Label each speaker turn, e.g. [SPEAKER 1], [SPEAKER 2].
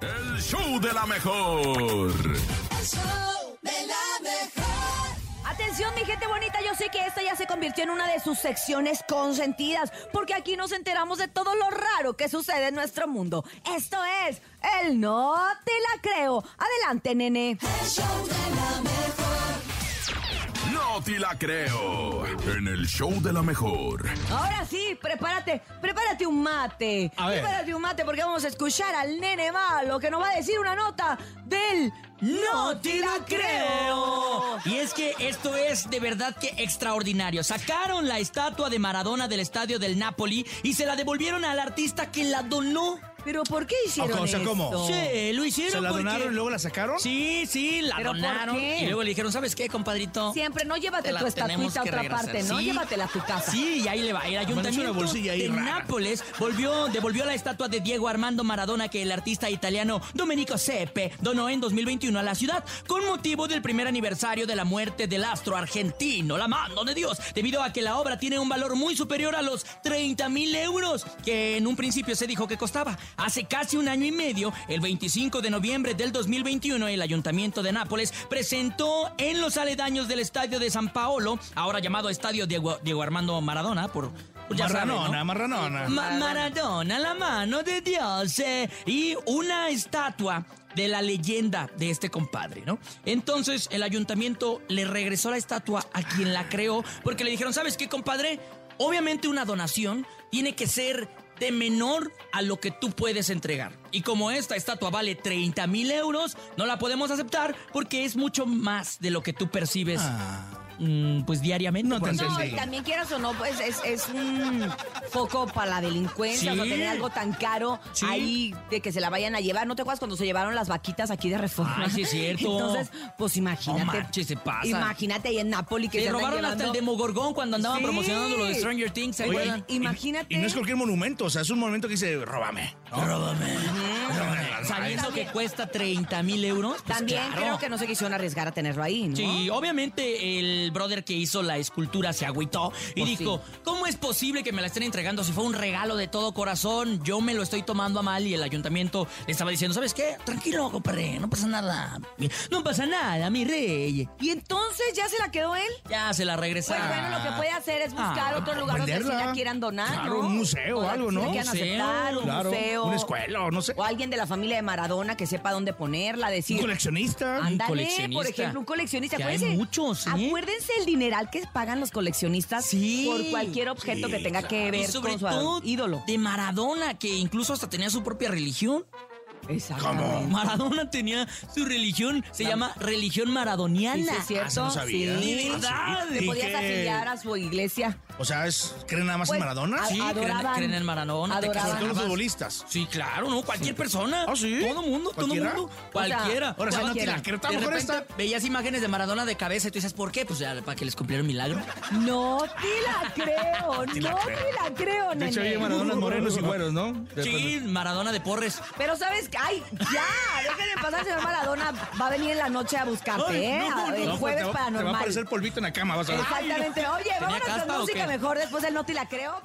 [SPEAKER 1] El show de la mejor.
[SPEAKER 2] Atención, mi gente bonita, yo sé que esta ya se convirtió en una de sus secciones consentidas, porque aquí nos enteramos de todo lo raro que sucede en nuestro mundo. Esto es el No Te La Creo. Adelante, nene.
[SPEAKER 1] No te la creo. En el show de la mejor.
[SPEAKER 2] Ahora sí, prepárate, prepárate un mate.
[SPEAKER 3] A ver.
[SPEAKER 2] Prepárate un mate porque vamos a escuchar al nene malo que nos va a decir una nota del No Te La Creo.
[SPEAKER 4] Y es que esto es de verdad que extraordinario. Sacaron la estatua de Maradona del estadio del Napoli y se la devolvieron al artista que la donó.
[SPEAKER 2] Pero ¿por qué hicieron
[SPEAKER 3] O sea, ¿cómo?
[SPEAKER 2] esto?
[SPEAKER 4] Sí, lo hicieron.
[SPEAKER 3] Oh. ¿Se la
[SPEAKER 4] porque-
[SPEAKER 3] donaron y luego la sacaron?
[SPEAKER 4] Sí, sí, la
[SPEAKER 2] ¿Pero por
[SPEAKER 4] donaron.
[SPEAKER 2] qué?
[SPEAKER 4] Y luego le dijeron, ¿sabes qué, compadrito?
[SPEAKER 2] Siempre, no
[SPEAKER 4] Te
[SPEAKER 2] llévate
[SPEAKER 4] la
[SPEAKER 2] tu
[SPEAKER 4] tenemos
[SPEAKER 2] estatuita a
[SPEAKER 4] que
[SPEAKER 2] otra
[SPEAKER 4] regresar.
[SPEAKER 2] parte, ¿no?
[SPEAKER 4] Sí.
[SPEAKER 2] Llévatela a tu casa.
[SPEAKER 4] Sí, y ahí le va. El
[SPEAKER 3] una
[SPEAKER 4] ayuntamiento
[SPEAKER 3] bolsilla ahí
[SPEAKER 4] de
[SPEAKER 3] rara.
[SPEAKER 4] Nápoles volvió, devolvió la estatua de Diego Armando Maradona que el artista italiano Domenico Seppe donó en 2021 a la ciudad con motivo del primer aniversario de la muerte del astro argentino, la mano de Dios, debido a que la obra tiene un valor muy superior a los 30 mil euros que en un principio se dijo que costaba. Hace casi un año y medio, el 25 de noviembre del 2021, el ayuntamiento de Nápoles presentó en los aledaños del estadio de San Paolo, ahora llamado Estadio Diego, Diego Armando Maradona, por... pues ya saben, ¿no?
[SPEAKER 3] marranona, marranona.
[SPEAKER 4] Ma- Maradona, la mano de Dios. eh, y una estatua de la leyenda de este compadre, ¿no? Entonces el ayuntamiento le regresó la estatua a quien la creó porque le dijeron, ¿sabes qué, compadre? Obviamente una donación tiene que ser de menor a lo que tú puedes entregar. Y como esta estatua vale 30 mil euros, no la podemos aceptar porque es mucho más de lo que tú percibes
[SPEAKER 3] Ah,
[SPEAKER 4] mm, pues diariamente.
[SPEAKER 3] No
[SPEAKER 4] por
[SPEAKER 3] te
[SPEAKER 4] así
[SPEAKER 2] No,
[SPEAKER 3] entendí.
[SPEAKER 2] y también quieras o no, pues es, es un foco para la delincuencia, o sea,
[SPEAKER 4] Sí.
[SPEAKER 2] tener algo tan caro
[SPEAKER 4] Sí.
[SPEAKER 2] ahí de que se la vayan a llevar. ¿No te acuerdas cuando se llevaron las vaquitas aquí de reforma?
[SPEAKER 4] Ay, sí es cierto.
[SPEAKER 2] Entonces, pues imagínate.
[SPEAKER 4] No manches, se pasa.
[SPEAKER 2] Imagínate ahí en Napoli que
[SPEAKER 4] Le
[SPEAKER 2] se andan
[SPEAKER 4] robaron hasta el
[SPEAKER 2] llevando-
[SPEAKER 4] Demogorgón cuando andaban
[SPEAKER 2] Sí.
[SPEAKER 4] promocionando lo de Stranger Things, ¿se
[SPEAKER 2] Oye,
[SPEAKER 4] acuerdan?
[SPEAKER 2] y- Imagínate.
[SPEAKER 3] Y no es cualquier monumento, o sea, es un monumento que dice, róbame. ¿no?
[SPEAKER 2] pues,
[SPEAKER 4] Róbame.
[SPEAKER 3] Róbame las
[SPEAKER 4] Sabiendo
[SPEAKER 3] naves".
[SPEAKER 4] que cuesta 30 mil euros. pues
[SPEAKER 2] También
[SPEAKER 4] claro.
[SPEAKER 2] creo que no se quisieron arriesgar a tenerlo ahí, ¿no?
[SPEAKER 4] Sí, obviamente el brother que hizo la escultura se agüitó y
[SPEAKER 2] Pues
[SPEAKER 4] dijo, ¿cómo es posible que me la estén entregando si fue un regalo de todo corazón? Yo me lo estoy tomando a mal y el ayuntamiento le estaba diciendo, ¿sabes qué? Tranquilo, compadre, no pasa nada. No pasa nada, mi rey.
[SPEAKER 2] Y entonces ya se la quedó él.
[SPEAKER 4] Ya se la
[SPEAKER 2] Pues
[SPEAKER 4] regresaron.
[SPEAKER 2] bueno, lo que puede hacer es buscar
[SPEAKER 4] Ah,
[SPEAKER 2] otro lugar donde sí
[SPEAKER 3] venderla.
[SPEAKER 2] la quieran donar,
[SPEAKER 3] Claro,
[SPEAKER 2] ¿no?
[SPEAKER 3] un museo,
[SPEAKER 2] la-
[SPEAKER 3] algo,
[SPEAKER 2] si la
[SPEAKER 3] ¿no?
[SPEAKER 2] quieran
[SPEAKER 4] Museo,
[SPEAKER 2] aceptar, un
[SPEAKER 3] Claro,
[SPEAKER 2] museo.
[SPEAKER 3] una escuela, o no sé.
[SPEAKER 2] O alguien de la familia de Maradona que sepa dónde ponerla,
[SPEAKER 3] Un
[SPEAKER 2] decir.
[SPEAKER 3] coleccionista.
[SPEAKER 4] Un
[SPEAKER 2] Ándale,
[SPEAKER 4] coleccionista.
[SPEAKER 2] por ejemplo, un coleccionista.
[SPEAKER 4] Que hay
[SPEAKER 2] Acuérdense,
[SPEAKER 4] muchos, ¿eh?
[SPEAKER 2] acuérdense el dineral que pagan los coleccionistas
[SPEAKER 4] Sí.
[SPEAKER 2] por cualquier objeto que tenga que
[SPEAKER 4] Y
[SPEAKER 2] ver
[SPEAKER 4] sobre
[SPEAKER 2] con su
[SPEAKER 4] todo
[SPEAKER 2] ídolo.
[SPEAKER 4] de Maradona, que incluso hasta tenía su propia religión.
[SPEAKER 2] Exactamente.
[SPEAKER 4] Maradona tenía su religión, se llama religión maradoniana.
[SPEAKER 2] Sí, sí, es cierto.
[SPEAKER 3] Ah, eso no sabía.
[SPEAKER 2] Sí.
[SPEAKER 4] De verdad.
[SPEAKER 2] Te
[SPEAKER 3] ¿Y
[SPEAKER 2] podías
[SPEAKER 3] qué?
[SPEAKER 2] afiliar a su iglesia.
[SPEAKER 3] O sea, es, ¿creen nada más
[SPEAKER 2] Pues,
[SPEAKER 3] en Maradona?
[SPEAKER 2] a-
[SPEAKER 4] Sí, creen-
[SPEAKER 2] adoraban.
[SPEAKER 4] creen en Maradona, te
[SPEAKER 2] Adoraban.
[SPEAKER 3] Sobre todo los
[SPEAKER 4] además.
[SPEAKER 3] futbolistas.
[SPEAKER 4] Sí, claro, ¿no? Cualquier persona.
[SPEAKER 3] Ah, ¿sí?
[SPEAKER 4] Todo mundo,
[SPEAKER 3] ¿Cualquiera?
[SPEAKER 4] todo mundo.
[SPEAKER 2] O sea,
[SPEAKER 4] Cualquiera.
[SPEAKER 3] Ahora sí, no te
[SPEAKER 2] cualquiera.
[SPEAKER 3] la creo. A
[SPEAKER 4] de
[SPEAKER 3] lo mejor
[SPEAKER 4] repente
[SPEAKER 3] está-
[SPEAKER 4] veías imágenes de Maradona de cabeza y tú dices, ¿por qué? Pues ya, para que les cumpliera un milagro.
[SPEAKER 2] No te la creo,
[SPEAKER 3] Te la
[SPEAKER 2] no
[SPEAKER 3] creo.
[SPEAKER 2] te la creo,
[SPEAKER 3] De
[SPEAKER 2] nene.
[SPEAKER 3] hecho, hay Maradonas morenos y güeros, ¿no? De
[SPEAKER 4] Sí, Maradona de Porres.
[SPEAKER 2] Pero sabes que, ay, ya, déjenme pasar, señor Maradona. Va a venir en la noche a buscarte,
[SPEAKER 3] Ay,
[SPEAKER 2] ¿eh?
[SPEAKER 3] no, no,
[SPEAKER 2] el
[SPEAKER 3] no,
[SPEAKER 2] jueves
[SPEAKER 3] te va- Te va a
[SPEAKER 2] paranormal.
[SPEAKER 3] aparecer polvito en la cama, vas a ver.
[SPEAKER 2] Exactamente. Oye, vámonos
[SPEAKER 4] caspa
[SPEAKER 2] con
[SPEAKER 4] o
[SPEAKER 2] música
[SPEAKER 4] qué?
[SPEAKER 2] mejor. Después del no te la creo.